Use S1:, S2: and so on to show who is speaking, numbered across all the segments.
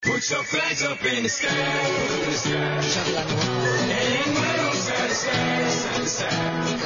S1: Put your flags up in the sky, in the sky. And we're all side to side, side to side.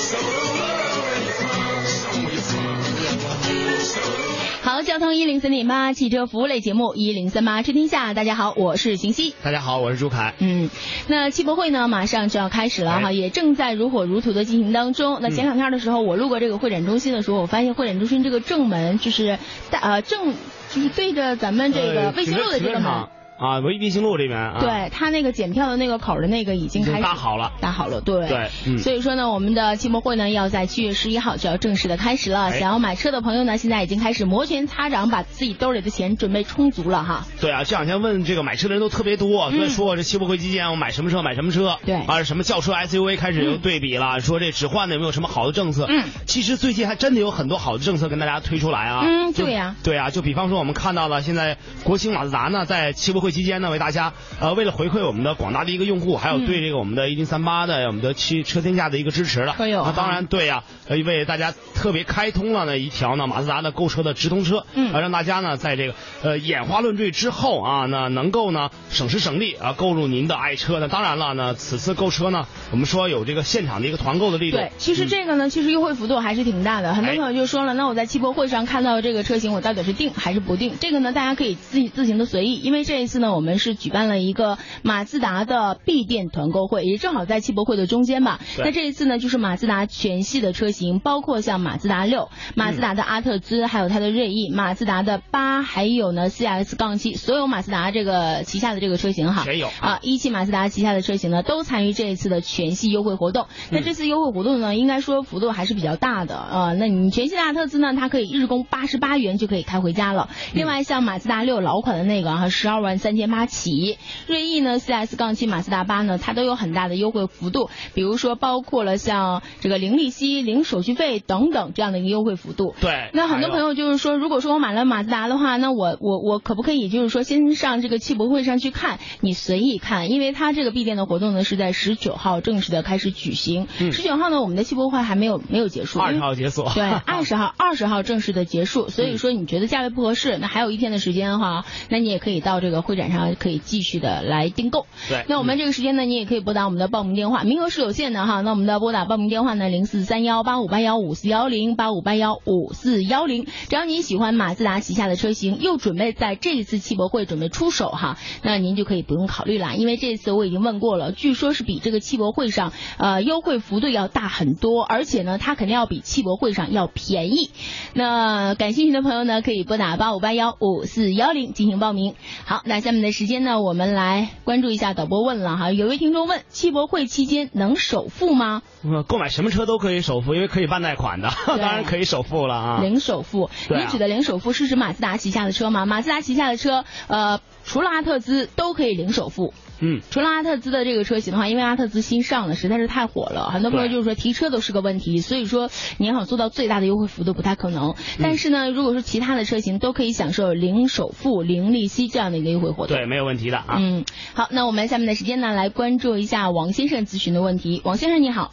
S1: So the world where you from, so where you from. So the
S2: 好，交通一零三点八汽车服务类节目一零三八知天下，大家好，我是邢西。
S3: 大家好，我是朱凯。
S2: 嗯，那汽博会呢，马上就要开始了哈，
S3: 哎
S2: 也正在如火如荼的进行当中。那
S3: 嗯
S2: 前两天的时候，我路过这个会展中心的时候，我发现会展中心这个正门就是大呃正就是对着咱们这个
S3: 呃
S2: 卫星路的这
S3: 停车
S2: 个
S3: 场
S2: 门，
S3: 啊，卫卫星路这边啊，，
S2: 对它那个检票的那个口儿的那个已经
S3: 已
S2: 开
S3: 经
S2: 始
S3: 搭好了。
S2: 搭好了，对。
S3: 对，嗯，
S2: 所以说呢，我们的汽博会呢要在七月十一号就要正式的开始了。
S3: 哎
S2: 想要买车的朋友呢，现在已经开始摩拳擦掌，把自己兜里的钱准备充足了哈。
S3: 对啊，这两天问这个买车的人都特别多，
S2: 嗯
S3: 所以说这汽博会期间我买什么车买什么车，
S2: 对
S3: 啊什么轿车 SUV 开始有对比了，说这置换的有没有什么好的政策？
S2: 嗯，
S3: 其实最近还真的有很多好的政策跟大家推出来啊。
S2: 嗯
S3: 就
S2: 对呀
S3: 对啊，就比方说我们看到了现在国兴马自达呢，在汽博会期间呢，为大家呃为了回馈我们的广大的一个用户，还有
S2: 嗯
S3: 对这个我们的一零三八的我们的汽车天下的一个支持了。啊
S2: 哎呦
S3: 那当然对呀、呃为大家特别开通了呢一条呢马自达的购车的直通车，
S2: 嗯
S3: 呃让大家呢在这个呃眼花乱坠之后啊，那能够呢省时省力啊购入您的爱车呢。当然了呢，此次购车呢，我们说有这个现场的一个团购的力度。
S2: 对，其实这个呢，其实优惠幅度还是挺大的。很多
S3: 嗯哎
S2: 朋友就说了，那我在汽博会上看到这个车型，我到底是定还是不定？这个呢，大家可以自己自行的随意。因为这一次呢，我们是举办了一个马自达的闭店团购会，也正好在汽博会的中间吧。
S3: 对
S2: 那这一次呢，就是马自达全系的车型，包括像马自达六、马自达的阿特兹，还有它的锐意、马自达的八，还有呢 CX 杠七，所有马自达这个旗下的这个车型哈，
S3: 全有
S2: 啊，一汽马自达旗下的车型呢，都参与这一次的全系优惠活动。那这次优惠活动呢，应该说幅度还是比较大的啊、呃那你全系的阿特兹呢，它可以日供八十八元就可以开回家了。另外，像马自达六老款的那个啊，十二万三千八起，锐意呢，CS 杠七、马自达八呢，它都有很大的优惠幅度，比如说包括了像这个零利息、零手续费等等这样的一个优惠幅度。
S3: 对，
S2: 那很多朋
S3: 还有。
S2: 友就是说，如果说我买了马自达的话，那我我我可不可以就是说先上这个汽博会上去看？你随意看，因为它这个闭店的活动呢是在十九号正式的开始举行。
S3: 嗯
S2: 十九、号呢，我们的汽博会还没有没有结束，
S3: 二
S2: 因
S3: 十
S2: 为
S3: 号解锁，
S2: 对，啊二十号、二十号正式的结束，所以说你觉得价位不合适，那还有一天的时间的话，那你也可以到这个会展上可以继续的来订购。
S3: 对
S2: 那我们这个时间呢，你也可以拨打我们的报名电话，名额是有限的哈。那我们的拨打报名电话呢，零四三幺八五八幺五四幺零八五八幺五四幺零。只要您喜欢马自达旗下的车型，又准备在这一次汽博会准备出手哈，那您就可以不用考虑啦，因为这次我已经问过了，据说是比这个汽博会上呃优惠幅度要大很多，而且呢，它肯定要比汽博会上要便宜。那感兴趣的朋友呢，可以拨打八五八幺五四幺零进行报名。好，那下面的时间呢，我们来关注一下导播问了哈，有位听众问，汽博会期间能首付吗？
S3: 嗯购买什么车都可以首付，因为可以办贷款的，
S2: 对
S3: 当然可以首付了啊。
S2: 零首付，
S3: 对啊
S2: 你指的零首付是指马自达旗下的车吗？马自达旗下的车，呃，除了阿特兹都可以零首付。
S3: 嗯，
S2: 除了阿特兹的这个车型的话，因为阿特兹新上的实在是太火了，很多朋友
S3: 对
S2: 就是说提车都是个问题，所以说你要想做到最大的优惠幅度不太可
S3: 嗯
S2: 能。但是呢，如果说其他的车型都可以享受零首付、零利息这样的一个优惠活动。
S3: 对，没有问题的啊。
S2: 嗯，好，那我们下面的时间呢，来关注一下王先生咨询的问题。王先生你好，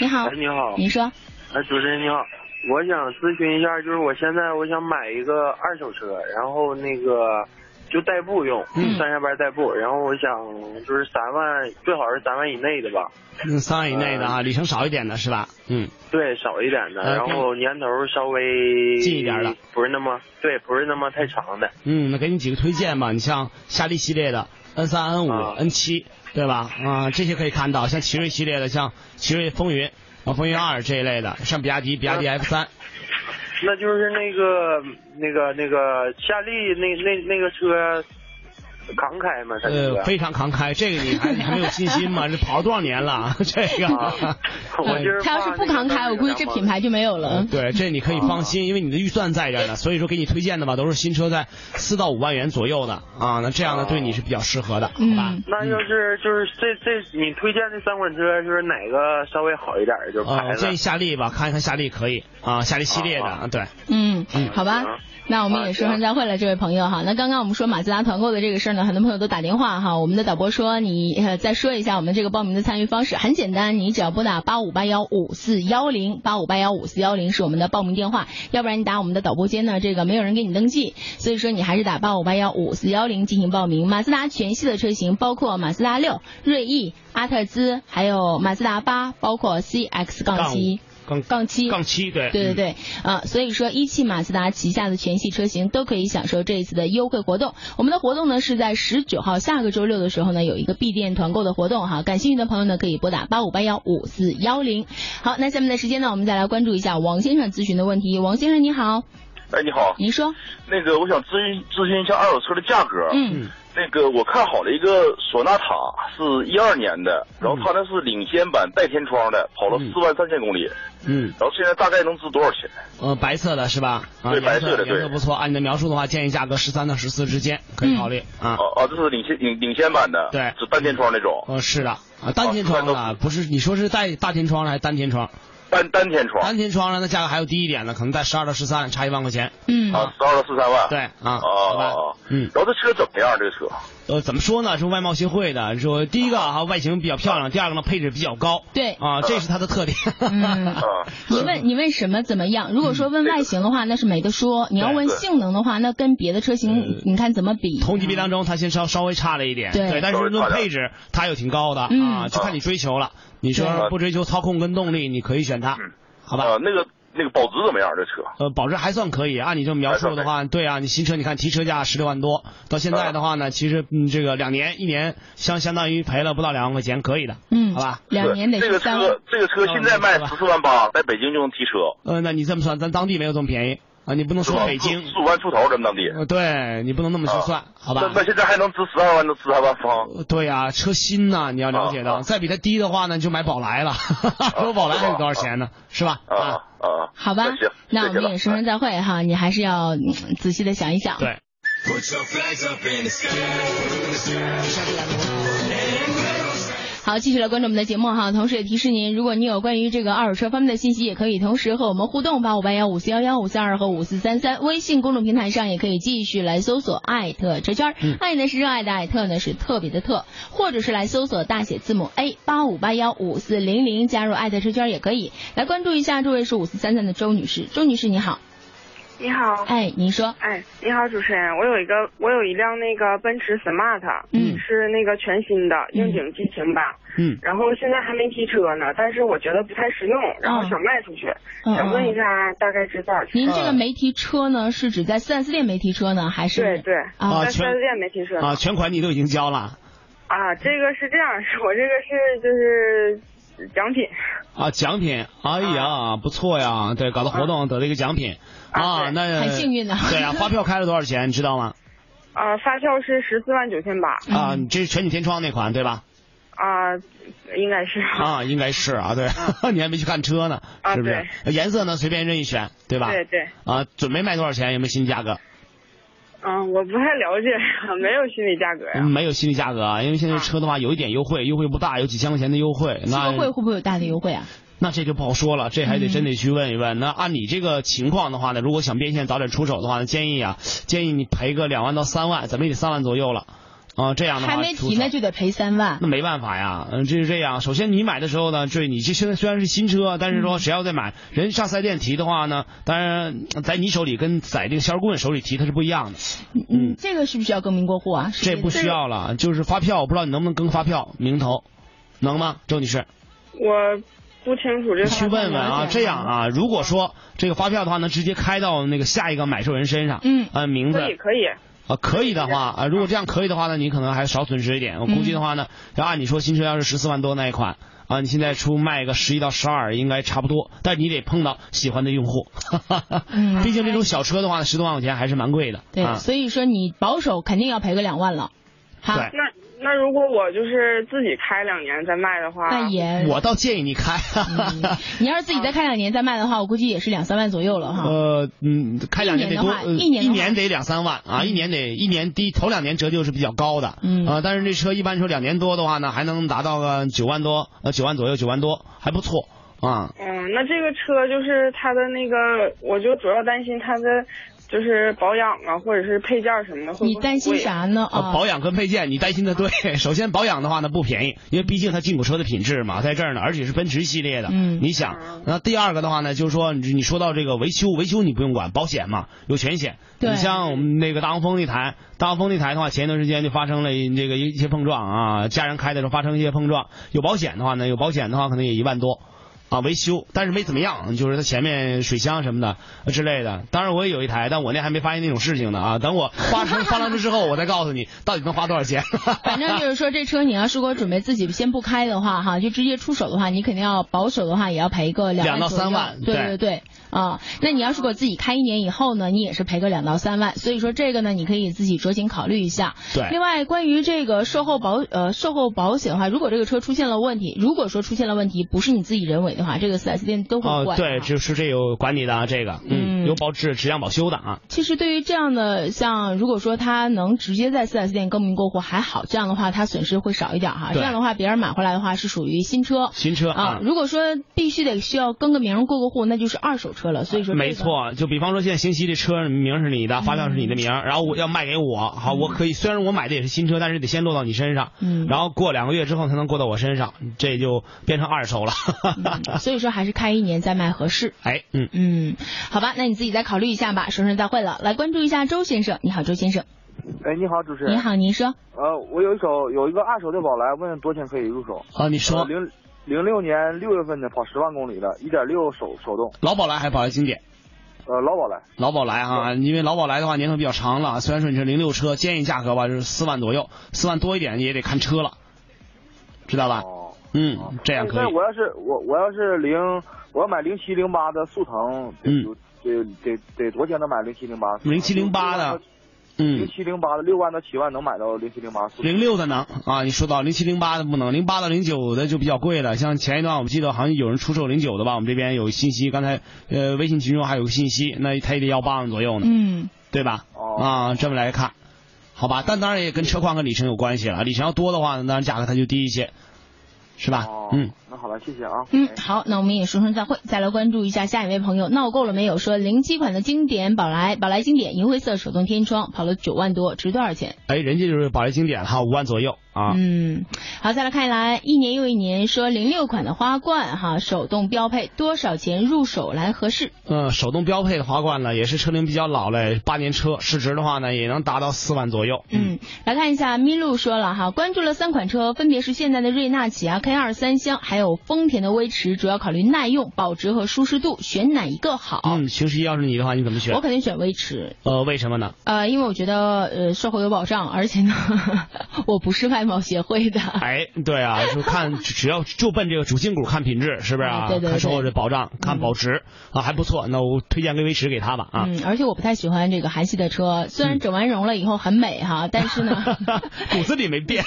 S2: 你好
S4: 哎，，你好，
S2: 您说，
S4: 哎，主持人你好，我想咨询一下，就是我现在我想买一个二手车，然后那个就代步用，
S2: 嗯
S4: 上下班代步，然后我想就是三万，最好是三万以内的吧，
S3: 嗯，三万以内的啊，里程少一点的是吧？嗯，
S4: 对，少一点的，
S3: 呃
S4: 然后年头稍微
S3: 近一点的，
S4: 不是那么对，不是那么太长的，
S3: 嗯，那给你几个推荐吧，你像夏利系列的 N 三、N 五、
S4: 啊
S3: N 七，对吧？啊、这些可以看到，像奇瑞系列的，像奇瑞风云、啊风云二这一类的，像比亚迪、比亚迪
S4: 啊
S3: F 三，
S4: 那就是那个那个那个夏利那那那个车扛开吗？他那个
S3: 呃，。非常慷慨。这个你还你还没有信心吗？这跑了多少年了？ 这个
S4: 啊，我 就是
S2: 嗯他要是
S4: 怕
S2: 不
S4: 那个
S2: 慷慨，我估计这品牌就没有了。
S3: 哎嗯对，这你可以放心，因为你的预算在
S4: 啊
S3: 这儿呢，所以说给你推荐的吧，都是新车在四到五万元左右的啊，那这样呢对你是比较适合的，好吧？
S2: 嗯
S4: 那要是就是这这你推荐的三款车，就是哪个稍微好一点儿？就是
S3: 呃，
S4: 牌
S3: 我
S4: 子
S3: 建议夏利吧，看一看夏利可以啊，夏利系列
S4: 啊
S3: 的，对，
S2: 嗯
S3: 嗯，
S2: 好吧
S4: 行，
S2: 那我们也说声再会了，这位朋友哈。那刚刚我们说马自达团购的这个事儿呢，很多朋友都打电话哈。我们的导播说你呃再说一下我们这个报名的参与方式，很简单，你只要拨打八五八幺五四幺零，八五八幺五四幺零是我们的报名电话，要不然你打我们的导播间呢，这个没有人给你登记，所以说你还是打八五八幺五四幺零进行报名。马自达全系的车型包括马自达六、锐意、阿特兹，还有马自达八，包括 CX 杠七。
S3: 杠
S2: 杠七
S3: 杠七，对
S2: 对对对，啊，所以说一汽马自达旗下的全系车型都可以享受这一次的优惠活动。我们的活动呢是在十九号下个周六的时候呢有一个闭店团购的活动哈，感兴趣的朋友呢可以拨打八五八幺五四幺零。好，那下面的时间呢我们再来关注一下王先生咨询的问题。王先生你好，
S5: 哎，你好，
S2: 您说，
S5: 那个我想咨询咨询一下二手车的价格。，
S2: 嗯
S5: 那个我看好了一个索纳塔，是一二年的，然后它那是领先版带天窗的，跑了
S3: 嗯
S5: 四万三千公里，
S3: 嗯，
S5: 然后现在大概能值多少钱？
S3: 呃，白色的是吧？啊，
S5: 对
S3: 颜
S5: 白
S3: 色
S5: 色的对
S3: 颜色不错。按你的描述的话，建议价格十三到十四之间，可以考虑
S2: 嗯
S3: 啊。
S5: 哦、啊，这是领先领领先版的，
S3: 对
S5: 是单天窗那种，
S3: 呃，是的，啊，单天窗的不是你说是带大天窗的还是单天窗？
S5: 单单天窗，
S3: 嗯
S5: 啊
S3: 单天窗的那价格还有低一点的，可能在十二到十三，差一万块钱。
S2: 嗯
S5: 啊，十二到四三万，
S3: 对啊，好吧
S5: 哦，
S3: 嗯，
S5: 然后这车怎么样？这个车，啊
S3: 呃，怎么说呢？是外贸协会的，说第一个啊，外形比较漂亮，第二个呢，配置比较高，
S2: 对
S3: 啊，这是它的特点。
S2: 嗯
S5: 啊，
S2: 你问你问什么怎么样？如果说问外形的话，那是没得说；你要问
S5: 嗯对嗯
S2: 性能的话，那跟别的车型你看怎么比？
S3: 同级别当中，它先稍稍微差了一点，
S2: 嗯对
S3: 但是
S5: 稍微差
S3: 论
S5: 点
S3: 配置，它又挺高的啊，
S2: 嗯
S3: 就看你追求了。你说
S5: 对
S3: 不追求操控跟动力，你可以选它
S5: 嗯，
S3: 好吧？
S5: 啊，那个那个保值怎么样？这车，
S3: 呃，保值还算可以，按你这么描述的话，对啊，你新车你看提车价十六万多，到现在的话呢，其实嗯这个两年一年相相当于赔了不到两万块钱，可以的，
S2: 嗯，
S3: 好吧？
S2: 两年得
S5: 这
S2: 是
S5: 个
S2: 三万
S5: 车，这个车现在卖
S3: 嗯
S5: 十四万八，在北京就能提车，
S3: 呃，那你这么算，咱当地没有这么便宜啊，你不能
S5: 是
S3: 说
S5: 吧？
S3: 北京，
S5: 四五万出头，咱们当地。
S3: 呃，对你不能那么去算，好吧
S5: 那？那现在还能值十二万到十三万方？
S3: 呃对呀、车新呐、你要了解
S6: 哦
S5: 啊
S3: 到，
S5: 啊
S3: 再比它低的话呢，你就买宝来了，说 宝来还有多少钱
S6: 哦
S3: 呢？是吧？
S5: 啊啊，啊！
S2: 好吧
S5: 那行，，
S2: 那我
S5: 谢谢
S2: 们
S5: 了
S2: 也
S7: 哎
S2: 说声再会哈，你还是要嗯仔细的想一想。
S3: 对。
S1: Put your flags up in the sky, in the sky. Shout like a war. And we're gonna say-
S2: 好，继续来关注我们的节目哈。同时也提示您，如果您有关于这个二手车方面的信息，也可以同时和我们互动，八五八幺五四幺幺五四二和五四三三。微信公众平台上也可以继续来搜索“艾特车圈儿”，爱呢是热爱的爱，特呢是特别的特，或者是来搜索大写字母 A 八五八幺五四零零，加入艾特车圈儿也可以。来关注一下这位是五四三三的周女士，周女士你好，
S6: 你好，
S2: 哎，您说，
S6: 哎，你好，主持人，我有一个，我有一辆那个奔驰 Smart，
S2: 嗯
S6: 是那个全新的应景激情版，
S3: 嗯，
S6: 然后现在还没提车呢，但是我觉得不太实用，然后想卖出去，
S2: 嗯
S6: 想问
S2: 嗯，
S6: 一下大概值多少钱？
S2: 您这个没提车呢，是指在四 S 店没提车呢，还是
S6: 对对，
S3: 啊
S2: 啊
S6: 但
S3: 全
S6: 四 S 店没提车
S3: 啊，全款你都已经交了
S6: 啊，这个是这样，是我这个是就是奖品，
S3: 啊，奖品，哎呀，不错呀，对，搞的活动得了一个奖品
S6: 啊
S3: 啊，
S6: 对
S3: 那
S2: 很幸运的
S3: 对 啊，发票开了多少钱，你知道吗？
S6: 啊，发票是十四万九千八，
S2: 嗯
S3: 啊，你这是全景天窗那款对吧？
S6: 啊，应该是，
S3: 啊，应该是啊，对， 你还没去看车呢，
S6: 啊
S3: 是不是？颜色呢，随便任意选，对吧？
S6: 对对，
S3: 啊，准备卖多少钱？有没有心理价格？
S6: 嗯，我不太了解，没有心理价格呀、
S3: 嗯没有心理价格啊，因为现在
S6: 啊
S3: 车的话有一点优惠，优惠不大，有几千块钱的优惠。
S2: 这
S3: 那
S2: 个会会不会有大的啊优惠啊？
S3: 那这就不好说了，这还得真得去问一
S2: 嗯
S3: 问。那按你这个情况的话呢，如果想变现早点出手的话呢，建议啊，建议你赔个两万到三万，怎么也得三万左右了。啊，这样的话
S2: 还没
S3: 出
S2: 提
S3: 手
S2: 呢就得赔三万。
S3: 那没办法呀，嗯，这是这样。首先你买的时候呢，对你这现在虽然是新车，但是说谁要再买，人上四 S 店提的话呢，当然在你手里跟在这个销售顾问手里提它是不一样的，
S2: 嗯，这个是不是要更名过户啊？是
S3: 这不需要了。就是发票，我不知道你能不能更发票名头，能吗，周女士？
S6: 我不清楚这
S3: 去问问啊，
S2: 了解
S3: 这样啊，如果说这个发票的话呢，直接开到那个下一个买受人身上，
S2: 嗯
S3: 按名字
S6: 可以可以，
S3: 啊，可以的话啊，如果这样可以的话呢，你可能还少损失一点。我估
S2: 嗯
S3: 计的话呢，要按你说新车要是十四万多那一款啊，你现在出卖个十一到十二应该差不多，但你得碰到喜欢的用户，
S2: 嗯
S3: 毕竟这种小车的话呢，十多万块钱还是蛮贵的。
S2: 对，
S3: 啊、
S2: 所以说你保守肯定要赔个两万了。好，
S3: 对。
S6: 那那如果我就是自己开两年再卖的话，
S2: 那也，
S3: 我倒建议你开，
S2: 嗯你要是自己再开两年再卖的话，我估计也是两三万左右了哈。
S3: 呃，嗯，开两年得多，呃
S2: 啊一年的话一年的
S3: 一
S2: 话
S3: 年得两三万啊，一年得一年低，头两年折旧是比较高的，
S2: 嗯
S3: 啊，但是这车一般说两年多的话呢，还能达到个九万多，呃，九万左右，九万多还不错啊，
S6: 嗯，那这个车就是它的那个，我就主要担心它的就是保养啊，或者是配件什么的，会不会
S2: 你担心
S6: 贵？
S2: 啥呢？
S3: 啊，
S2: 啊，
S3: 保养跟配件，你担心的对。 首先保养的话呢不便宜，因为毕竟它进口车的品质嘛，在这儿呢，而且是奔驰系列的。
S2: 嗯
S3: 你想，那第二个的话呢，就是说你你说到这个维修，维修你不用管，保险嘛有全险。
S2: 对
S3: 你像我们那个大黄蜂那台，大黄蜂那台的话，前一段时间就发生了一这个一些碰撞啊，家人开的时候发生一些碰撞，有保险的话呢，有保险的话可能也一万多。啊，维修，但是没怎么样，就是它前面水箱什么的呃之类的。当然我也有一台，但我那还没发现那种事情呢啊。等我发生 发生之后，我再告诉你 到底能花多少钱。
S2: 反正就是说，这车你要是如果准备自己先不开的话，哈，就直接出手的话，你肯定要保守的话，也要赔个两
S3: 两到
S2: 左右
S3: 三万
S2: 对
S3: 对
S2: 对对，啊，那你要是给我自己开一年以后呢，你也是赔个两到三万，所以说这个呢，你可以自己酌情考虑一下。另
S3: 对，
S2: 外，关于这个售后保呃售后保险的话，如果这个车出现了问题，如果说出现了问题不是你自己人为的话，这个 4S 店都会
S3: 哦
S2: 管。
S3: 对，就是这有管你的啊，这个，
S2: 嗯
S3: 嗯，有保质质量保修的啊。
S2: 其实对于这样的，像如果说他能直接在 4S 店更名过户还好，这样的话他损失会少一点哈。这
S3: 对
S2: 样的话，别人买回来的话是属于新车
S3: 新车
S2: 啊
S3: 啊。
S2: 如果说必须得需要更个名过个户，那就是二手车了。所以说、
S3: 没，错，就比方说现在星期这车名是你的，发票是你的
S2: 嗯
S3: 名，然后我要卖给我，好，我可以虽然我买的也是新车，但是得先落到你身上，
S2: 嗯
S3: 然后过两个月之后才能过到我身上，这就变成二手了。
S2: 嗯所以说还是开一年再卖合适。
S3: 哎，嗯，
S2: 嗯，好吧，那你自己再考虑一下吧。说声再会了，来关注一下周先生。你好，周先生。
S7: 哎，你好，主持人。
S2: 你。好，您说。
S7: 呃，我有一手有一个二手的宝来，问多少钱可以入手？
S3: 啊，你说
S7: 零零六年六月份的，跑十万公里的，一点六手手动，
S3: 老宝来还是宝来经典？
S7: 呃，老宝来。
S3: 老宝来啊，因为老宝来的话年头比较长了，虽然说你是零六车，建议价格吧就是四万左右，四万多一点也得看车了，知道吧？
S7: 哦。哦
S3: 嗯，这样可
S7: 但
S3: 以
S7: 是。我要是我我要是零，我要买零七零八的速腾，得
S3: 嗯
S7: 有得得得多少钱能买零七零八？
S3: 0708的，
S7: 零
S3: 嗯，
S7: 七零八的六万到七万能买到零七零八速腾。
S3: 零六的能啊，你说到零七零八的不能，零八到零九的就比较贵了。像前一段我们记得好像有人出售零九的吧，我们这边有信息，刚才呃微信群中还有个信息，那他也得要八万左右呢。
S2: 嗯，
S3: 对吧？
S7: 哦
S3: 啊，这么来看，好吧，但当然也跟车况跟里程有关系了。里程要多的话，那当然价格它就低一些，是吧？
S7: 哦。
S3: 嗯，。
S7: 那好了，谢谢啊。
S2: 嗯
S7: 哎，
S2: 好，那我们也说声再会，再来关注一下下一位朋友。闹够了没有？说零七款的经典宝来，宝来经典银灰色手动天窗，跑了九万多，值多少钱？
S3: 哎，人家就是宝来经典哈，五万左右啊。
S2: 嗯，好，再来看一来，一年又一年，说零六款的花冠哈，手动标配，多少钱入手来合适？
S3: 嗯，手动标配的花冠呢，也是车龄比较老了，八年车，市值的话呢，也能达到四万左右。
S2: 嗯，来看一下，麋鹿说了哈，关注了三款车，分别是现在的瑞纳、起亚 K 二三厢，还有丰田的威驰，主要考虑耐用、保值和舒适度，选哪一个好？
S3: 嗯，平时要是你的话，你怎么
S2: 我
S3: 选？
S2: 肯定选威驰，
S3: 呃，为什么呢？
S2: 呃，因为我觉得呃售后有保障，而且呢， 我不是外贸协会的。
S3: 哎，对啊，就看只只要就奔这个主心骨看品质，是不是啊？
S2: 嗯对对嗯
S3: 看售后
S2: 对
S3: 这保障，看保值、啊，还不错。那我推荐个威驰给他吧啊。
S2: 嗯，而且我不太喜欢这个韩系的车，虽
S3: 嗯
S2: 然整完容了以后很美哈，但是 呢，
S3: 骨子里没 变。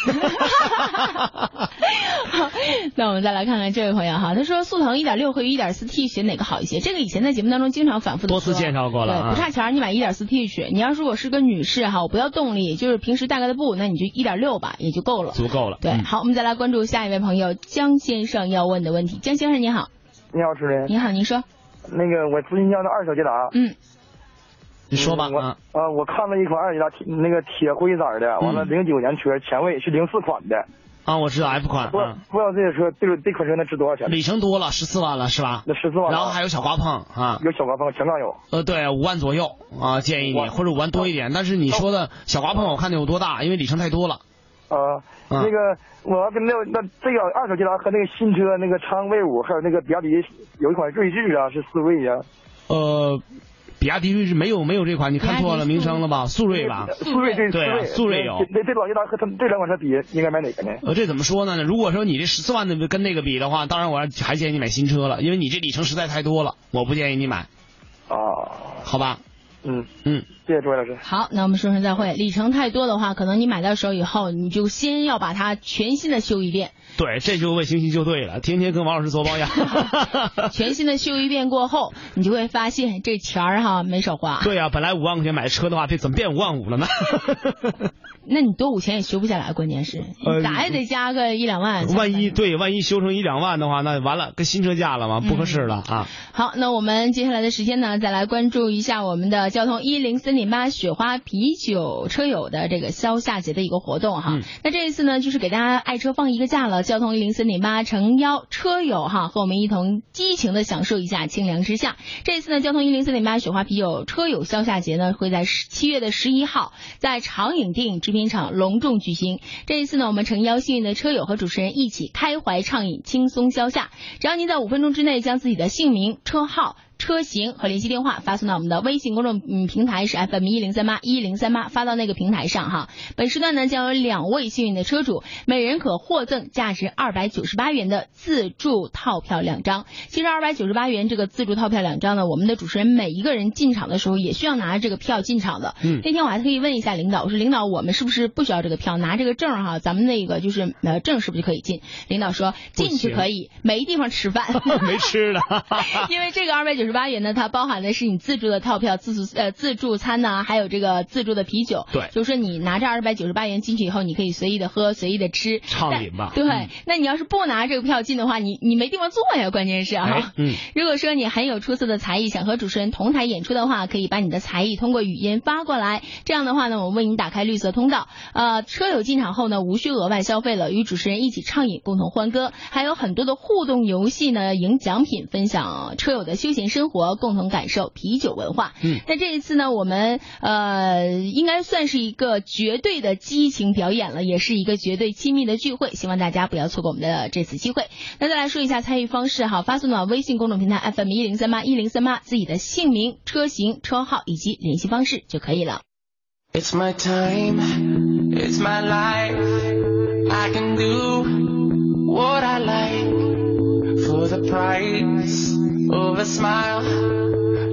S2: 那我们再来看看这位朋友哈，他说速腾1.6和1 4 T 选哪个好一些？这个以前在节目当中经常反复的
S3: 多次介绍过了啊
S2: 对，不差钱儿，你买1 4 T 去。你要是我是个女士哈，我不要动力，就是平时大概的步，那你就1.6吧，也就够了。
S3: 足够了。
S2: 对，
S3: 嗯
S2: 好，我们再来关注下一位朋友江先生要问的问题。江先生您好，
S7: 你好，主持人。
S2: 您好，您说，
S7: 那个我咨询一下那二手捷达。
S2: 嗯，
S3: 你说吧
S7: 嗯我
S3: 啊，
S7: 啊，我看了一款二捷达，铁那个铁灰色儿的，完了
S3: 嗯
S7: 零九年车，前卫是零四款的，
S3: 啊，我知道 F 款
S7: 不知道
S3: 啊，
S7: 不知道这个车这个这款车能值多少钱？
S3: 里程多了十四万了是吧？
S7: 那十四万。
S3: 然后还有小刮碰啊，
S7: 有小刮风，全杠有。
S3: 呃，对，五万左右啊，建议
S7: 五
S3: 你
S7: 万
S3: 或者五万多一点。但是你说的小刮碰，我看得有多大，因为里程太多了。
S7: 啊，
S3: 嗯
S7: 那个我要跟那那这个二手捷达和那个新车那个昌 V 五，还有那个比亚迪有一款锐志啊，是思锐呀，
S3: 呃，比亚迪锐志没有没有这款，你看错了
S2: 比亚迪
S3: 名
S2: 速锐
S3: 称了吧？速锐吧？
S7: 思锐对
S3: 对啊
S7: 思
S3: 速锐
S7: 锐
S3: 有
S7: 那这老捷达和他们这两款车比，应该买哪个呢？
S3: 呃，这怎么说呢？如果说你这十四万的跟那个比的话，当然我还建议你买新车了，因为你这里程实在太多了，我不建议你买，
S7: 啊，
S3: 好吧？
S7: 嗯，
S3: 嗯，
S7: 谢谢诸位老师。
S2: 好，那我们说声再会。里程太多的话，可能你买到手以后，你就先要把它全新的修 一遍，
S3: 对，这就为星星就对了，天天跟王老师 做保养。
S2: 全新的修一遍过后，你就会发现这钱儿哈没少花。
S3: 啊对呀、本来五万块钱买车的话，这怎么变五万五了呢？
S2: 那你多五千也修不下来，关键是
S3: 呃
S2: 咋也得加个一两万。
S3: 万一对，万一修成一两万的话，那完了，跟新车价了嘛，不合适了啊。
S2: 好，那我们接下来的时间呢，再来关注一下我们的交通一零三点八雪花啤酒车友的这个消夏节的一个活动哈。
S3: 嗯
S2: 那这一次呢，就是给大家爱车放一个假了，交通一零三点八诚邀车友哈，和我们一同激情的享受一下清凉之夏。这一次呢，交通一零三点八雪花啤酒车友消夏节呢，会在十七月的十一号在长影电影制片厂隆重举行。这一次呢，我们诚邀幸运的车友和主持人一起开怀畅饮，轻松消夏。只要您在五分钟之内将自己的姓名、车号。车型和联系电话发送到我们的微信公众嗯平台是 FM 一零三八一零三八，发到那个平台上哈。本时段呢将有两位幸运的车主，每人可获赠价值二百九十八元的自助套票两张。其实二百九十八元这个自助套票两张呢，我们的主持人每一个人进场的时候也需要拿着这个票进场的。
S3: 嗯
S2: 那天我还特意问一下领导，我说领导我们是不是不需要这个票，拿这个证儿哈，咱们那个就是呃证是不是就可以进？领导说
S3: 不
S2: 进去
S3: 行
S2: 可以，没地方 吃饭。
S3: 没吃的，
S2: 因为这个二百九十八元呢，它包含的是你自助的套票、自助呃自助餐呐、还有这个自助的啤酒。
S3: 对
S2: 就是说你拿着二百九十八元进去以后，你可以随意的喝、随意的吃，
S3: 畅饮吧
S2: 但对
S3: 嗯，
S2: 那你要是不拿这个票进的话，你你没地方坐呀，关键是啊。
S3: 哎，嗯，
S2: 如果说你很有出色的才艺，想和主持人同台演出的话，可以把你的才艺通过语音发过来。这样的话呢，我们为你打开绿色通道。呃，车友进场后呢，无需额外消费了，与主持人一起畅饮，共同欢歌，还有很多的互动游戏呢，赢奖品，分享车友的休闲生活，共同感受啤酒文化。
S3: 嗯
S2: 那这一次呢，我们呃应该算是一个绝对的激情表演了，也是一个绝对亲密的聚会，希望大家不要错过我们的这次机会。那再来说一下参与方式哈，发送到微信公众平台 FM 一零三八一零三八，自己的姓名、车型、车号以及联系方式就可以了。
S1: It's my time, it's my life. I can do what I like for the price of a smile.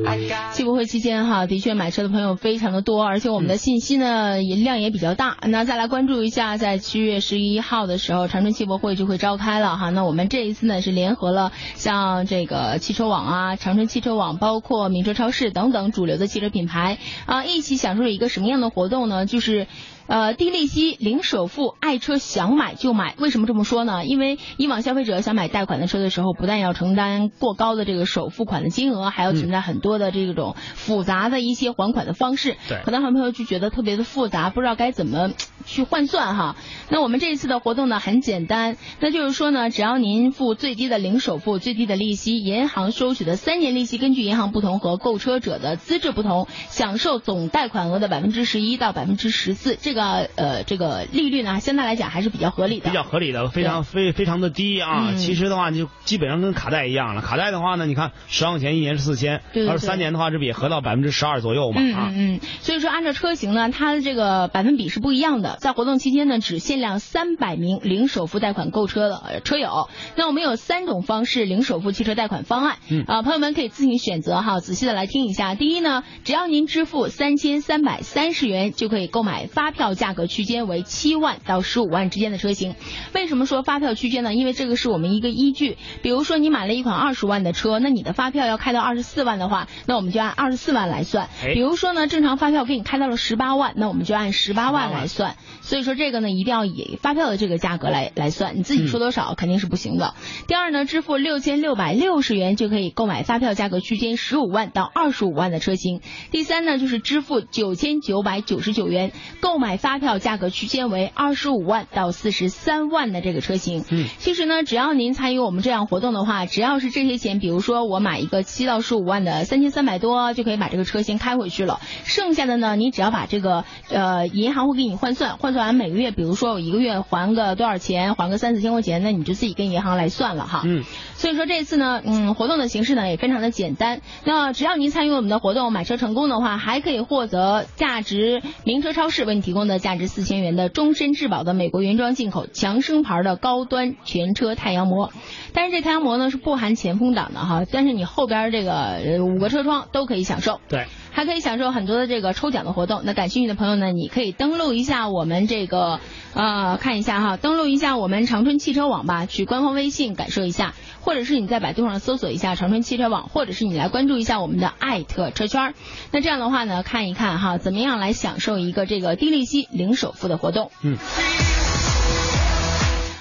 S1: I got.
S2: 汽博会期间哈，的确买车的朋友非常的多，而且我们的信息呢也量也比较大。那再来关注一下，在七月十一号的时候，长春汽博会就会召开了哈。那我们这一次呢是联合了像这个汽车网啊、长春汽车网，包括名车超市等等主流的汽车品牌啊，一起享受了一个什么样的活动呢？就是。呃，低利息、零首付，爱车想买就买。为什么这么说呢？因为以往消费者想买贷款的车的时候，不但要承担过高的这个首付款的金额，还要存在很多的这种复杂的一些还款的方式。
S3: 对
S2: 可能很多朋友就觉得特别的复杂，不知道该怎么去换算哈。那我们这一次的活动呢很简单，那就是说呢，只要您付最低的零首付、最低的利息，银行收取的三年利息根据银行不同和购车者的资质不同，享受总贷款额的百分之十一到百分之十四，这个呃这个利率呢，相对来讲还是比较合理的。
S3: 比较合理的，非常非非常的低啊。
S2: 嗯
S3: 其实的话，你就基本上跟卡带一样了。卡带的话呢，你看十万块钱一年是四千
S2: 对对，对
S3: 而三年的话，这不也合到百分之十二左右嘛
S2: 嗯
S3: 啊？
S2: 嗯嗯，所以说按照车型呢，它的这个百分比是不一样的。在活动期间呢，只限量三百名零首付贷款购车的呃车友。那我们有三种方式零首付汽车贷款方案，
S3: 嗯
S2: 啊，朋友们可以自行选择哈，仔细的来听一下。第一呢，只要您支付三千三百三十元就可以购买发票价格区间为七万到十五万之间的车型。为什么说发票区间呢？因为这个是我们一个依据。比如说你买了一款二十万的车，那你的发票要开到二十四万的话，那我们就按二十四万来算。
S3: 哎
S2: 比如说呢，正常发票给你开到了十八万，那我们就按十八万来算。所以说这个呢，一定要以发票的这个价格来来算，你自己说多少肯定是不行的。第二呢，支付六千六百六十元就可以购买发票价格区间十五万到二十五万的车型。第三呢，就是支付九千九百九十九元购买发票价格区间为二十五万到四十三万的这个车型。
S3: 嗯，
S2: 其实呢，只要您参与我们这样活动的话，只要是这些钱，比如说我买一个七到十五万的三千三百多，就可以把这个车先开回去了。剩下的呢，你只要把这个呃银行会给你换算，换算完每个月，比如说我一个月还个多少钱，还个三四千块钱，那你就自己跟银行来算了哈。
S3: 嗯，
S2: 所以说这次呢，嗯，活动的形式呢也非常的简单。那只要您参与我们的活动，买车成功的话，还可以获得价值名车超市为你提供的价值四千元的终身质保的美国原装进口强生牌的高端全车太阳膜。但是这太阳膜呢是不含前风挡的哈，但是你后边这个呃五个车窗都可以享受。
S3: 对，
S2: 还可以享受很多的这个抽奖的活动。那感兴趣的朋友呢，你可以登录一下我们这个呃，看一下哈，登录一下我们长春汽车网吧，去官方微信感受一下，或者是你在百度上搜索一下长春汽车网，或者是你来关注一下我们的艾特车圈儿。那这样的话呢，看一看哈，怎么样来享受一个这个低利息零首付的活动。
S3: 嗯。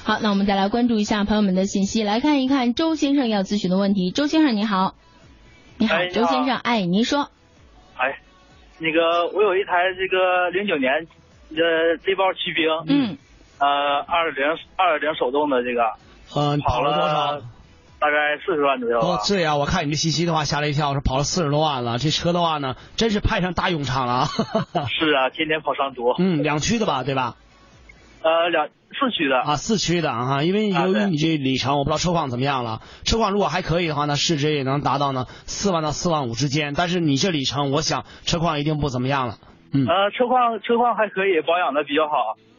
S2: 好，那我们再来关注一下朋友们的信息，来看一看周先生要咨询的问题。周先生你好，你好，
S8: 哎你
S2: 周
S8: 好
S2: 先生，哎，您说，
S8: 哎，那个我有一台这个零九年，呃，背包骑兵，
S2: 嗯，
S8: 呃，二零二零手动的这个，
S3: 嗯，跑了多少？？
S8: 大概四十万左右吧
S3: 哦，。对啊，我看你这信息的话，吓了一跳，说跑了四十多万了。这车的话呢，真是派上大用场了 啊。
S8: 是啊，天天跑长途。
S3: 嗯，两驱的吧，对吧？
S8: 呃，两四驱的。
S3: 啊，四驱的啊，因为
S8: 啊
S3: 由于
S8: 对
S3: 你这里程，我不知道车况怎么样了。车况如果还可以的话呢，市值也能达到呢四万到四万五之间。但是你这里程，我想车况一定不怎么样了。嗯
S8: 呃，车况车况还可以，保养的比较好，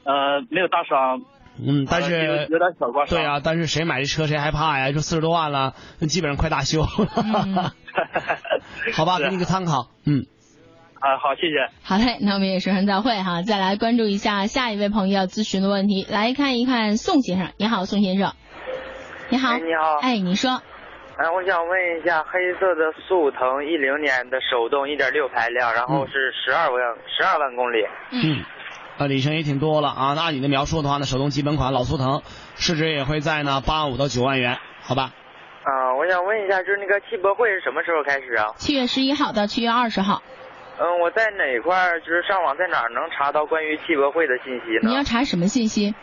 S8: 呃，没有大伤，
S3: 嗯，但
S8: 呃有
S3: 是
S8: 有点小刮伤。
S3: 对啊，但是谁买这车谁还怕呀？就四十多万了，基本上快大 修了。好吧，
S8: 是
S3: 给你个参考。嗯，
S8: 啊，好，谢谢。
S2: 好嘞，那我们也说声再会哈，再来关注一下下一位朋友要咨询的问题，来看一看宋先生，你好，宋先生，你好，
S9: 哎，你好，
S2: 哎，你说，
S9: 哎，我想问一下，黑色的速腾一零年的手动一点六排量，然后是十二万十二万公里，
S3: 嗯，啊，里程也挺多了啊。那按你的描述的话呢，手动基本款老速腾市值也会在呢八万五到九万元，好吧？
S9: 啊、我想问一下，就是那个汽博会是什么时候开始啊？
S2: 七月十一号到七月二十号，
S9: 嗯，我在哪块儿，就是上网在哪儿能查到关于汽博会的信息
S2: 你
S9: 呢
S2: 要？查什么信息？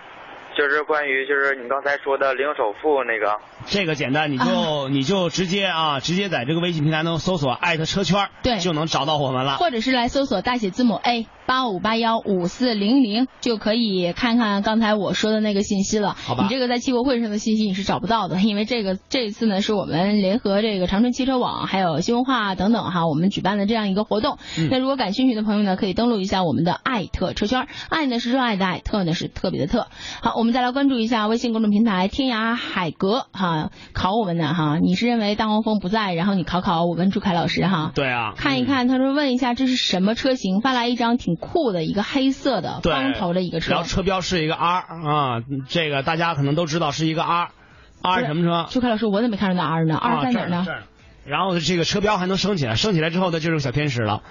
S9: 就是关于就是你刚才说的零首付那个。
S3: 这个简单，你就、你就直接啊，直接在这个微信平台能搜索艾特车圈儿，
S2: 对
S3: 就能找到我们了。
S2: 或者是来搜索大写字母 A 八五八幺五四零零，就可以看看刚才我说的那个信息了。
S3: 好吧
S2: 你这个在汽博会上的信息你是找不到的，因为这个这一次呢是我们联合这个长春汽车网还有新文化等等哈，我们举办的这样一个活动。
S3: 嗯
S2: 那如果感兴趣的朋友呢，可以登录一下我们的爱特车圈，爱呢是热爱的爱，特呢是特别的特。好，我们再来关注一下微信公众平台“天涯海阁”哈，考我们呢哈，你是认为大黄蜂不在，然后你考考我跟朱凯老师哈。
S3: 对啊，
S2: 看一看，他说问一下这是什么车型，发来一张挺酷的一个黑色的
S3: 对
S2: 方头的一个车
S3: 然，后车标是一个 R 啊，这个大家可能都知道是一个 R，R 什么车？
S2: 朱凯老师，我怎么没看着那 R 呢？R
S3: 啊，
S2: 在
S3: 这
S2: 哪
S3: 儿
S2: 儿呢
S3: 这？儿然后这个车标还能升起来，升起来之后呢，就是个小天使了。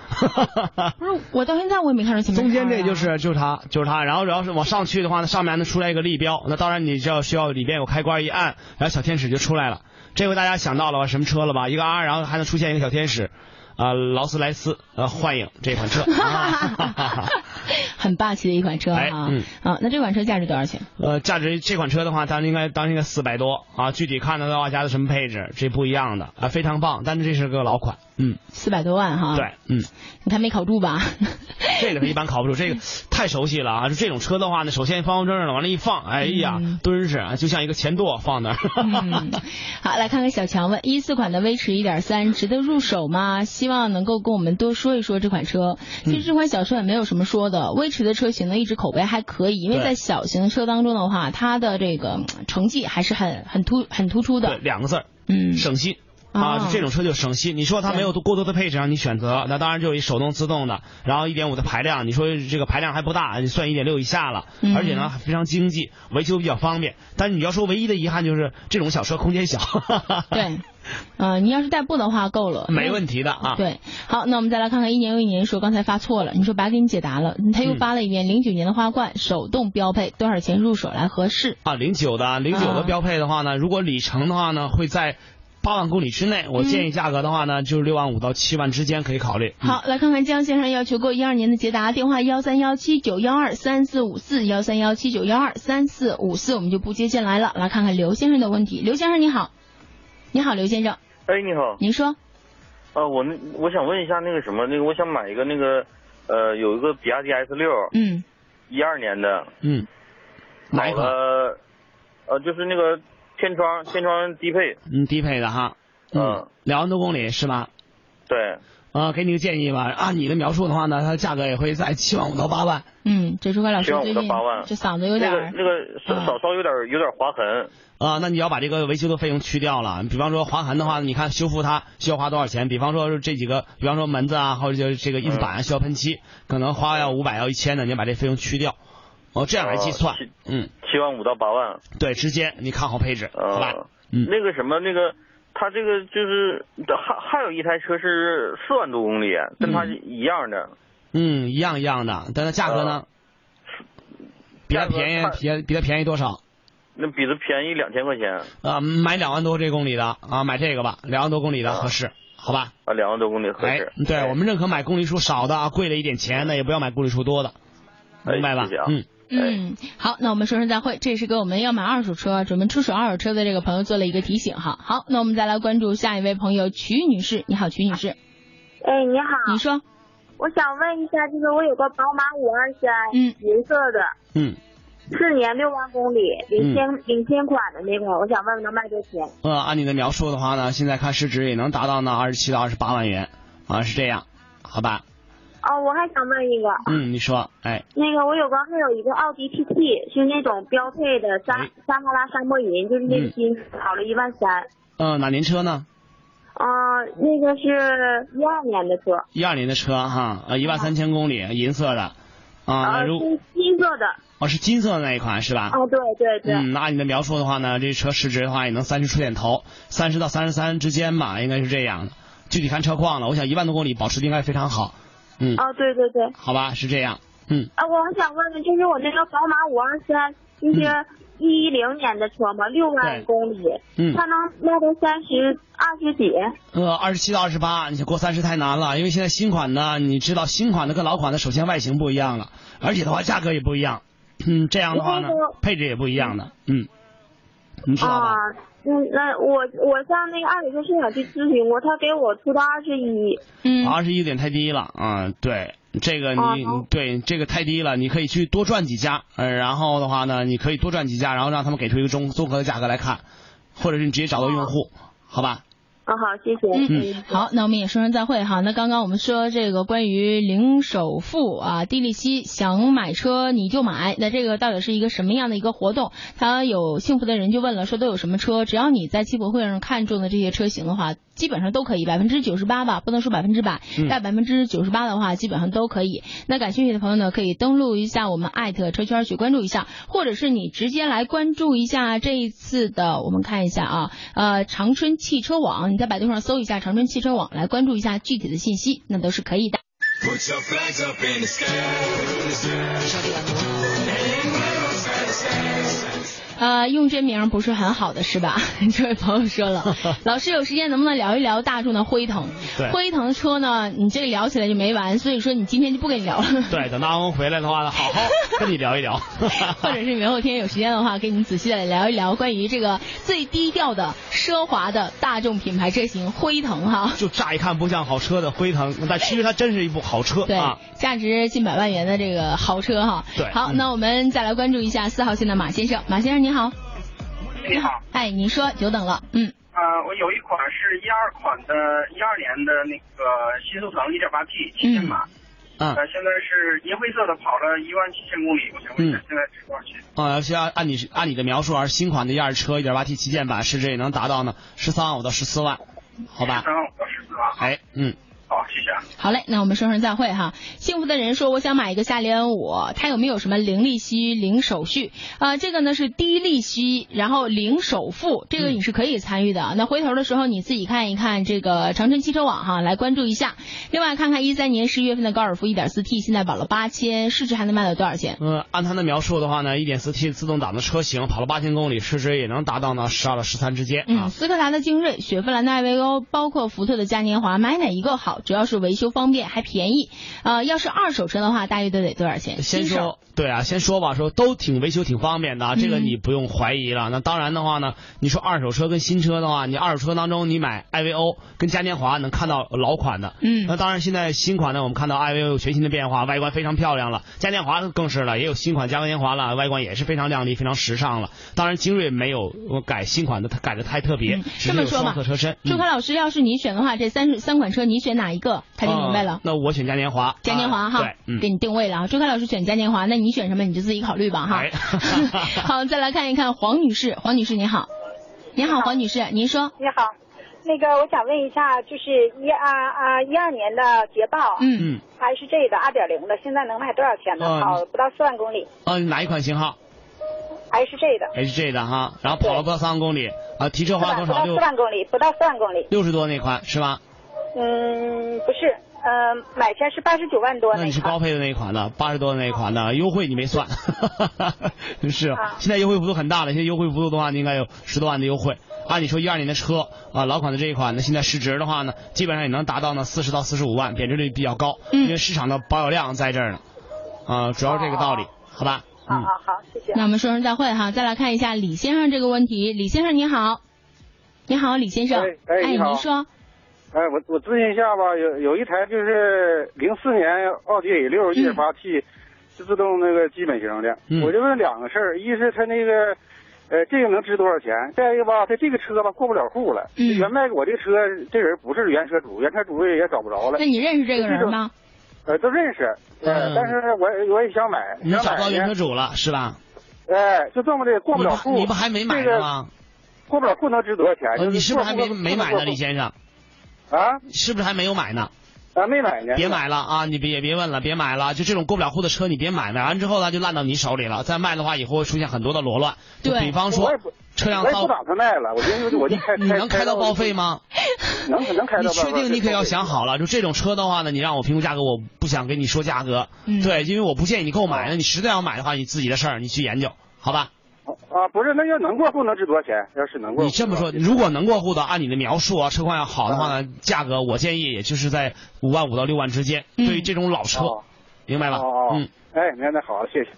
S2: 不是，我到现在我也没看着前面。
S3: 中间这就。是 就是它就是它，然后然后是往上去的话呢，上面还能出来一个立标，那当然你就要需要里边有开关一按，然后小天使就出来了。这回大家想到了吧？什么车了吧？一个 R，然后还能出现一个小天使，啊、劳斯莱斯呃幻影这款车，啊、
S2: 很霸气的一款车
S3: 哎
S2: 哈
S3: 嗯，
S2: 啊，那这款车价值多少钱？
S3: 呃，价值这款车的话，当时应该当时应该四百多啊，具体看的话加的什么配置，这不一样的啊，非常棒，但是这是个老款，嗯，
S2: 四百多万哈，
S3: 对，，嗯。
S2: 你看没考 住吧？
S3: 这个一般考不住，这个太熟悉了啊！就这种车的话呢，首先方方正正的往那一放，哎呀，敦实啊，就像一个钱垛放那儿。
S2: 嗯， 好，来看看小强问：一四款的威驰一点三值得入手吗？希望能够跟我们多说一说这款车。
S3: 嗯
S2: 其实这款小车也没有什么说的，威驰的车型呢一直口碑还可以，因为
S3: 对
S2: 在小型的车当中的话，它的这个嗯成绩还是很很突很突出
S3: 对，
S2: 的。
S3: 两个字儿，
S2: 嗯，
S3: 省心。
S2: 哦
S3: 啊，就这种车就省心。你说它没有过多的配置啊让你选择，那当然就是一手动自动的，然后一点五的排量，你说这个排量还不大，你算一点六以下了，
S2: 嗯
S3: 而且呢非常经济，维修比较方便。但是你要说唯一的遗憾就是这种小车空间小，
S2: 对，呃，你要是代步的话够了，嗯
S3: 没问题的啊。
S2: 对，好，那我们再来看看一年又一年说刚才发错了，你说白给你解答了，他又
S3: 嗯
S2: 发了一遍零九年的花冠手动标配多少钱入手来合适？
S3: 啊，零九的零九
S2: 啊
S3: 的标配的话呢，如果里程的话呢，会在八万公里之
S2: 嗯
S3: 内。我建议价格的话呢，就是六万五到七万之间可以考虑。嗯
S2: 好，来看看江先生要求购一二年的捷达，电话幺三幺七九幺二三四五四幺三幺七九幺二三四五四，我们就不接进来了。来看看刘先生的问题，刘先生你好，你好刘先生，
S9: 哎，你好，
S2: 您说，
S9: 啊，我那我想问一下那个什么，那个我想买一个那个，呃，有一个比亚迪 S 六，
S2: 嗯
S9: 一二年的，
S3: 嗯，哪一
S9: 好
S3: 款？
S9: 了，呃，就是那个天窗，天窗低配，
S3: 嗯，低配的哈。嗯
S9: 嗯，
S3: 两万多公里是吧？
S9: 对，
S3: 啊，给你个建议吧，按你的描述的话呢，它价格也会在七万五到八万。
S2: 嗯，这朱凯老师
S9: 希望
S2: 最
S9: 我的
S2: 近
S9: 八万
S2: 这嗓子有
S9: 那
S2: 点
S9: 个
S2: 儿，
S9: 那个
S2: 嗯
S9: 少少稍有点有点划痕，
S3: 啊，那你要把这个维修的费用去掉了。比方说划痕的话，你看修复它需要花多少钱？比方说是这几个，比方说嗯门子啊，或者就是这个椅子板啊，需要喷漆，可能花要五百要一千的，你把这费用去掉。哦，这样来计算，嗯，
S5: 七万五到八万，
S3: 对，直接你看好配置，好吧？嗯
S5: 呃，那个什么，那个它这个就是还还有一台车是四万多公里，跟它一样的，
S3: 嗯，一样一样的，但它价格呢，比它便宜，便比它便宜多少？
S5: 那比它便宜两千块钱
S3: 啊，买两万多这公里的啊，买这个吧，两万多公里的合适，好吧？
S5: 啊，两万多公里合
S3: 哎
S5: 适。，
S3: 对我们认可买公里数少的啊，贵了一点钱的，也不要买公里数多的，明白吧
S5: 谢谢啊？
S3: 嗯，
S2: 嗯，
S9: 哎
S2: 好，那我们说声再会。这也是给我们要买二手车、准备出手二手车的这个朋友做了一个提醒哈。好，那我们再来关注下一位朋友曲女士。你好，曲女士，
S10: 哎，你好，
S2: 你说，
S10: 我想问一下，就是我有个宝马五二三，
S2: 嗯，
S10: 银色的，
S3: 嗯，
S10: 四年六万公里，领先、领先款的那款，我想问问能卖多少钱？
S3: 呃，按你的描述的话呢，现在看市值也能达到呢二十七到二十八万元啊，是这样，好吧？
S10: 哦，我还想问一个，
S3: 嗯，你说，哎，
S10: 那个我有个还有一个奥迪 TT，是那种标配的
S3: 哎
S10: 撒撒哈拉沙漠银，就是
S3: 嗯
S10: 那个金，跑了一万三。
S3: 呃，哪年车呢？
S10: 啊、那个是一二年的车，
S3: 一二年的车哈，呃，一万三千公里，银色的，啊，那
S10: 呃，
S3: 如
S10: 是金色的。
S3: 哦是金色的那一款是吧？
S5: 啊
S10: 哦，对对对，
S3: 嗯，那按你的描述的话呢，这车市值的话也能三十出点头，三十到三十三之间吧，应该是这样的。具体看车况了，我想一万多公里保持的应该非常好。嗯，
S10: 哦，对对对。
S3: 好吧，是这样。嗯，
S10: 啊，我还想问问，就是我这个宝马五二三，就是一零年的车嘛，六万公里，
S3: 嗯
S10: 它能卖到三十二十几？
S3: 呃，二十七到二十八，你过三十太难了，因为现在新款呢，你知道新款的跟老款的首先外形不一样了，而且的话价格也不一样。嗯，这样的话呢
S10: 那个，
S3: 配置也不一样的。嗯，你知道吧？
S10: 啊，嗯，那我我上那个二手车市场去咨询过，他给我出到二十一。
S2: 嗯
S3: 二十一点太低了啊、对。这个
S10: 哦
S3: 你、对这个太低了，你可以去多转几家，呃，然后的话呢，你可以多转几家，然后让他们给出一个综综合的价格来看，或者是你直接找到用户，好吧？
S10: 啊，好，谢谢。
S2: 嗯，好，那我们也说声再会哈。那刚刚我们说这个关于零首付啊，低利息，想买车你就买，那这个到底是一个什么样的一个活动？他有幸福的人就问了，说都有什么车？只要你在汽博会上看中的这些车型的话，基本上都可以，百分之九十八吧，不能说百分之百，
S1: 嗯
S2: 但百分之九十八的话，基本上都可以。那感兴趣的朋友呢，可以登录一下我们艾特车圈去关注一下，或者是你直接来关注一下这一次的，我们看一下啊，呃，长春汽车网，你在百度上搜一下长春汽车网，来关注一下具体的信息，那都是可以的。
S1: Put your flags up in the sky. In the sky. Shut it like a war. And we'll satisfy.
S2: 呃，用真名不是很好的是吧？ 这位朋友说了，老师有时间能不能聊一聊大众的辉腾？
S3: 对
S2: 辉腾车呢，你这个聊起来就没完，所以说你今天就不跟你聊了。
S3: 对，等到阿文回来的话呢，好好跟你聊一 聊。
S2: 或者是明后天有时间的话，跟你仔细的聊一聊关于这个最低调的、奢华的大众品牌车型辉腾哈。
S3: 就乍一看不像好车的辉腾，但其实它真是一部好车
S2: 对
S3: 啊。，
S2: 价值近百万元的这个豪车哈。
S3: 对
S2: 好，
S3: 嗯
S2: 那我们再来关注一下四号线的马先生。马先生你好。
S11: 你好。
S2: 哎，你说久等了，嗯
S11: 啊、我有一款是一二款的，一二年的那个新速腾 1.8T 七千马，
S3: 嗯
S11: 呃，现在是银灰色的，跑了一万七千公里，我想问一下，现在是多少钱？
S3: 啊，需要按你按你的描述，而新款的一二车一点八 T 旗舰版市值也能达到呢十三万五到十四万，好吧？
S11: 三万五到十四万。
S3: 哎，嗯。
S11: 好，谢谢啊。
S2: 好嘞，那我们说声再会哈。幸福的人说，我想买一个夏利安五，它有没有什么零利息、零手续？啊，这个呢是低利息，然后零首付，这个你是可以参与的。
S3: 嗯
S2: 那回头的时候你自己看一看这个长城汽车网哈，来关注一下。另外看看一三年十一月份的高尔夫 1.4T 现在保了八千，市值还能卖到多少钱？
S3: 嗯，按他的描述的话呢，一点四 T 自动挡的车型跑了八千公里，市值也能达到呢十二到十三之间啊
S2: 嗯，。斯柯达的精锐、雪佛兰的艾维欧，包括福特的嘉年华，买哪一个好？主要是维修方便，还便宜。呃，要是二手车的话，大约都得多少钱？
S3: 先
S2: 新手
S3: 说对啊，先说吧，说都挺维修挺方便的啊，这个
S2: 嗯
S3: 你不用怀疑了。那当然的话呢，你说二手车跟新车的话，你二手车当中你买艾维欧跟嘉年华能看到老款的，
S2: 嗯
S3: 那当然现在新款呢，我们看到艾维欧有全新的变化，外观非常漂亮了，嘉年华更是了，也有新款嘉年华了，外观也是非常亮丽、非常时尚了。当然精锐没有我改新款的，它改的太特别，只
S2: 嗯这
S3: 是
S2: 么
S3: 有
S2: 说
S3: 双
S2: 吧
S3: 色车身，。
S2: 周
S3: 嗯
S2: 凯老师，要是你选的话，这三三款车你选哪一个？他就明白
S3: 啊
S2: 了。
S3: 那我选嘉年华，
S2: 嘉年华
S3: 啊
S2: 哈
S3: 对，，嗯
S2: 给你定位了啊。周凯老师选嘉年华，那你选什么你就自己考虑吧哈。
S3: 哎
S2: 好，再来看一看黄女士，黄女士您好，您好黄女士，您说
S12: 你好，那个我想问一下，就是一啊啊一二年的捷豹，
S3: 嗯嗯，
S12: 还是这个二点零的，现在能卖多少钱呢？
S3: 哦你
S12: 跑不到四万公里，
S3: 啊，哪一款型号
S12: 还是这个，
S3: ？HJ 的哈，然后跑了不到三万公里啊，提
S12: 是
S3: 车花
S12: 吧？
S3: 多
S12: 不
S3: 少？
S12: 到
S3: 六
S12: 四万公里，不到四万公里，
S3: 六十多那款是吧？
S12: 嗯，不是，呃，买下是八十九万多
S3: 那你是
S10: 啊
S3: 高配的那一款的，八十多的那一款的，优惠你没算， 是
S12: 啊，
S3: 现在优惠幅度很大了，现在优惠幅度的话，你应该有十多万的优惠。按理说一二年的车啊，老款的这一款呢，现在市值的话呢，基本上也能达到呢四十到四十五万，贬值率比较高，
S13: 嗯
S3: 因为市场的保有量在这儿呢，啊，主要是这个
S13: 哦
S3: 道理，好
S13: 啊
S3: 吧？嗯，
S12: 好，谢谢。
S2: 那我们说声再会哈，再来看一下李先生这个问题。李先生你好，你好，李先生，
S13: 哎哎你好
S2: 您说，
S13: 哎，我我咨询一下吧，有有一台就是零四年奥迪 A
S3: 嗯
S13: 六一点八 T，是自动那个基本型的。
S14: 嗯
S13: 我就问两个事儿，一是它那个，呃，这个能值多少钱？再一个吧，它这个车吧过不了户了。
S2: 嗯
S13: 原卖给我这个车，这人不是原车主，原车主也找不着了。
S2: 那你认识这个人吗？
S13: 呃，都认识，呃，
S3: 嗯
S13: 但是我也我也想买，
S3: 你
S13: 想
S3: 找
S13: 买
S3: 到
S13: 呢
S3: 原车主了是吧？
S13: 哎，就这么的过不了户。
S3: 你不你不还没买呢
S13: 这个
S3: 吗？
S13: 过不了户能值多少钱？
S3: 呃
S13: 就
S3: 你是不是还没
S13: 过户
S3: 没买
S13: 过
S3: 呢，
S13: 户
S3: 李先生？
S13: 啊？
S3: 是不是还没有买呢？
S13: 啊，没买呢。
S3: 别买了啊！你别也别问了，别买了。就这种过不了户的车，你别买，买完之后呢就烂到你手里了。再卖的话，以后会出现很多的罗乱。就比方
S13: 我
S3: 说
S13: 也不
S3: 车辆
S13: 我也
S3: 到
S13: 哎不打算卖了，我就我就开。
S3: 你能开到报废吗？
S13: 能能开到
S3: 你
S13: 报
S3: 确
S13: 废。
S3: 定你可要想好了，就这种车的话呢，你让我评估价格，我不想跟你说价格。
S13: 嗯
S3: 对，因为我不建议你购买。那你实在要买的话，你自己的事儿，你去研究，好吧？
S13: 啊？不是，那要能过户能值多少钱？要是能过户，
S3: 你这么说，如果能过户的，按你的描述啊，车况要好的话
S13: 嗯
S3: 呢，价格我建议也就是在五万五到六万之间。
S13: 嗯
S3: 对于这种老
S13: 哦
S3: 车，明白吧？嗯。
S13: 哎，那那好，谢谢。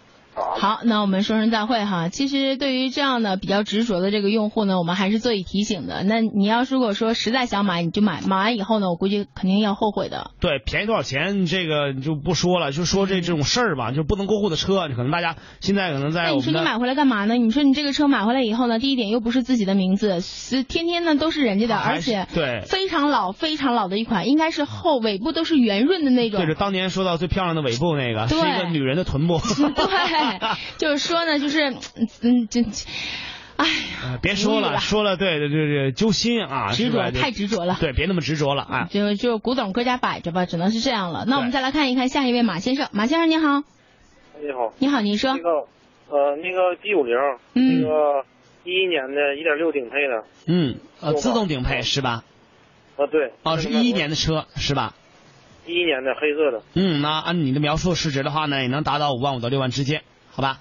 S2: 好，那我们说声再会哈。其实对于这样的比较执着的这个用户呢，我们还是做以提醒的。那你要如果说实在想买，你就买，买完以后呢，我估计肯定要后悔的。
S3: 对，便宜多少钱这个就不说了，就说这这种事儿吧，就不能过户的车，可能大家现在可能在
S2: 嗯那
S3: 哎我
S2: 哎你
S3: 们
S2: 说你买
S3: 的
S2: 回来干嘛呢？你说你这个车买回来以后呢，第一点又不是自己的名字，是天天呢都是人家的，而
S3: 啊还是
S2: 且
S3: 对
S2: 非常老非常老的一款，应该是后尾部都是圆润的那种
S3: 对，。着当年说到最漂亮的尾部那个，是
S2: 对
S3: 一个女人的臀 部。
S2: 对，就是说呢，就是嗯，这，哎，
S3: 呃别说
S2: 无语
S3: 了，
S2: 了
S3: 说了，对对对对，揪心啊，
S2: 执着
S3: 是吧就
S2: 太执着了
S3: 对，别那么执着了啊。
S2: 就就古董搁家摆着吧，只能是这样了。那我们再来看一看下一位马先生，马先生你好，
S15: 哎你好，
S2: 你好，你说
S15: 那，个呃，那个 G 五零，
S2: 嗯
S15: 那个一一年的一点六顶配的，
S3: 嗯，呃，
S15: 我
S3: 自动顶配是吧？
S15: 啊对，
S3: 哦，是一一年的车是吧？
S15: 一一年的黑色的，
S3: 嗯，那按你的描述市值的话呢，也能达到五万五到六万之间，好吧？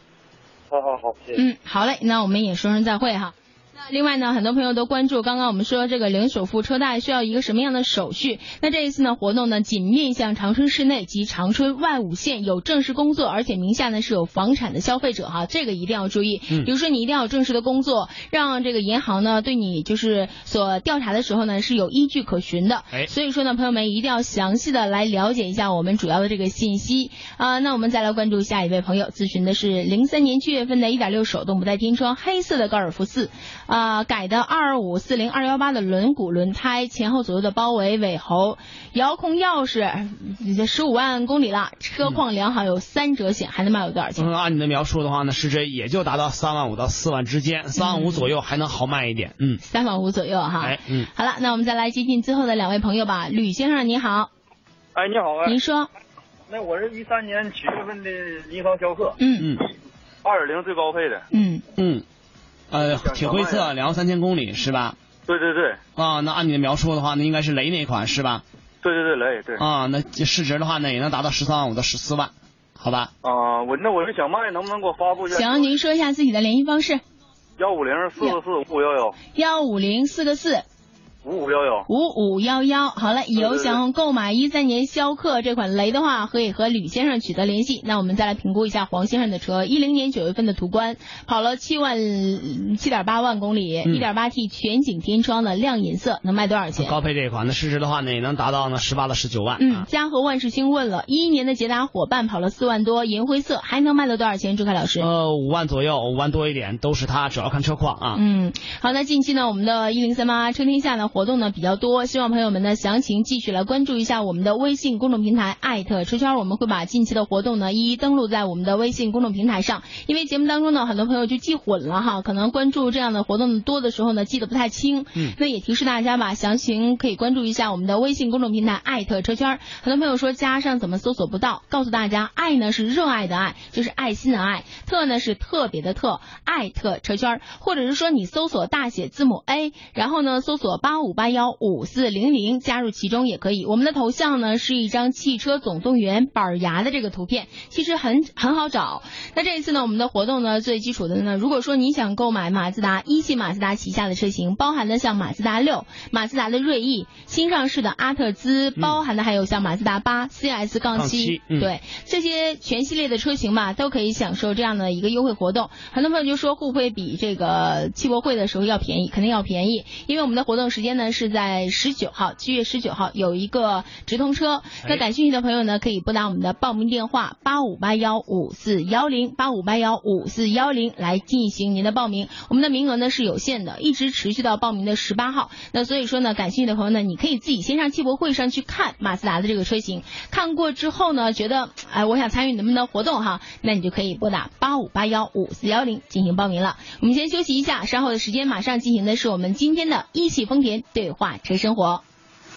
S15: 好好好，谢谢。
S2: 嗯，好嘞，那我们也说声再会哈。那另外呢，很多朋友都关注刚刚我们说这个零首付车贷需要一个什么样的手续？那这一次呢活动呢仅面向长春市内及长春外五县有正式工作，而且名下呢是有房产的消费者哈，这个一定要注意。
S16: 嗯
S2: 比如说你一定要有正式的工作，让这个银行呢对你就是所调查的时候呢是有依据可循的。
S16: 哎
S2: 所以说呢，朋友们一定要详细的来了解一下我们主要的这个信息啊、那我们再来关注下一位朋友，咨询的是零三年七月份的一点六手动不带天窗黑色的高尔夫四，啊、改的二五四零二幺八的轮毂轮胎，前后左右的包围尾喉，遥控钥匙，呃十五万公里了，车况良好，有三折险，还能卖我多少钱？
S3: 嗯，按你的描述的话呢，市值也就达到三万五到四万之间，三万五左右还能豪迈一点。嗯，
S2: 三万五左右哈。
S3: 哎，嗯，
S2: 好了，那我们再来接近最后的两位朋友吧，吕先生你好，
S17: 哎，你好啊！
S3: 嗯
S2: 您说，
S17: 那我是一三年七月份的尼桑逍客，
S2: 嗯
S5: 二点零最高配的，
S2: 嗯
S3: 嗯，呃，铁灰色，两万三千公里是吧？
S5: 对对对，
S3: 啊，那按你的描述的话，那应该是雷那一款是吧？
S5: 对对对，雷对。
S3: 啊，那这市值的话呢，也能达到十三万五到十四万，好吧？
S5: 啊，我那我是想卖，能不能给我发布一下？
S2: 行，您说一下自己的联系方式，
S5: 幺五零四四四五幺幺
S2: 幺五零四个四。
S5: 五五幺幺。
S2: 五五幺幺。好了，有想购买一三年逍客这款雷的话，可以和吕先生取得联系。那我们再来评估一下黄先生的车，一零年九月份的途观，跑了七万嗯七点八万公里，一点八 T 全景天窗的亮银色，能卖多少钱？
S3: 高啊配这一款，那市值的话呢，也能达到呢十八到十九万。
S2: 嗯，嘉禾万事兴问了，一一年的捷达伙伴跑了四万多，银灰色还能卖到多少钱？朱凯老师，
S3: 呃，五万左右，五万多一点，都是它，主要看车况啊。
S2: 嗯嗯，好，那近期呢，我们的一零三八车天下呢活动呢比较多，希望朋友们呢详情继续来关注一下我们的微信公众平台艾特车圈，我们会把近期的活动呢一一登录在我们的微信公众平台上。因为节目当中呢，很多朋友就记混了哈，可能关注这样的活动多的时候呢，记得不太清。
S1: 嗯
S2: 那也提示大家吧，详情可以关注一下我们的微信公众平台艾特车圈。很多朋友说加上怎么搜索不到，告诉大家，爱呢是热爱的爱，就是爱心的爱；特呢是特别的特，艾特车圈。或者是说你搜索大写字母 A，然后呢搜索八五八幺五四零零，加入其中也可以。我们的头像呢是一张《汽车总动员》板牙的这个图片，其实很很好找。那这一次呢，我们的活动呢最基础的呢，如果说你想购买马自达一汽马自达旗下的车型，包含的像马自达六、马自达的锐意、新上市的阿特兹，包含的还有像马自达八、CS 杠
S1: 杠七
S2: 七，
S1: 嗯
S2: 对这些全系列的车型吧，都可以享受这样的一个优惠活动。很多朋友就说会不会比这个汽博会的时候要便宜？肯定要便宜，因为我们的活动时间呢是在十九号，七月十九号有一个直通车。那感兴趣的朋友呢，可以拨打我们的报名电话八五八幺五四幺零八五八幺五四幺零来进行您的报名。我们的名额呢是有限的，一直持续到报名的十八号。那所以说呢，感兴趣的朋友呢，你可以自己先上汽博会上去看马自达的这个车型，看过之后呢，觉得哎，我想参与你们的活动哈，那你就可以拨打八五八幺五四幺零进行报名了。我们先休息一下，稍后的时间马上进行的是我们今天的一汽丰田对话车生活。